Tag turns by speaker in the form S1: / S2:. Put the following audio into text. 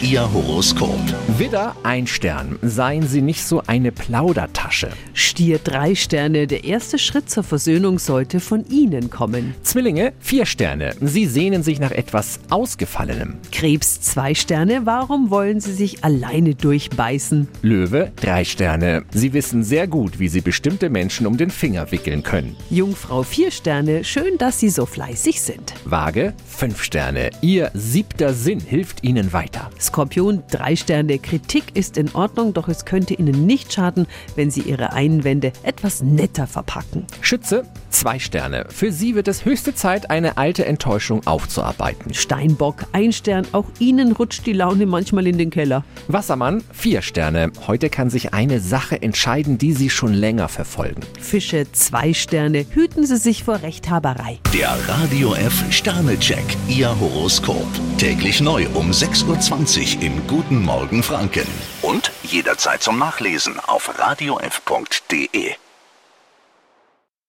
S1: Ihr Horoskop.
S2: Widder, ein Stern. Seien Sie nicht so eine Plaudertasche.
S3: Stier drei Sterne. Der erste Schritt zur Versöhnung sollte von Ihnen kommen.
S2: Zwillinge, vier Sterne. Sie sehnen sich nach etwas Ausgefallenem.
S3: Krebs zwei Sterne. Warum wollen Sie sich alleine durchbeißen?
S2: Löwe, drei Sterne. Sie wissen sehr gut, wie Sie bestimmte Menschen um den Finger wickeln können.
S3: Jungfrau vier Sterne. Schön, dass Sie so fleißig sind.
S2: Waage, fünf Sterne. Ihr siebter Sinn hilft Ihnen weiter.
S3: Skorpion drei Sterne. Kritik ist in Ordnung, doch es könnte Ihnen nicht schaden, wenn Sie Ihre Einwände etwas netter verpacken.
S2: Schütze, zwei Sterne. Für Sie wird es höchste Zeit, eine alte Enttäuschung aufzuarbeiten.
S3: Steinbock ein Stern. Auch Ihnen rutscht die Laune manchmal in den Keller.
S2: Wassermann, vier Sterne. Heute kann sich eine Sache entscheiden, die Sie schon länger verfolgen.
S3: Fische zwei Sterne. Hüten Sie sich vor Rechthaberei.
S1: Der Radio F Sternecheck. Ihr Horoskop. Täglich neu um 6.20 Uhr im Guten Morgen Franken. Und jederzeit zum Nachlesen auf radiof.de.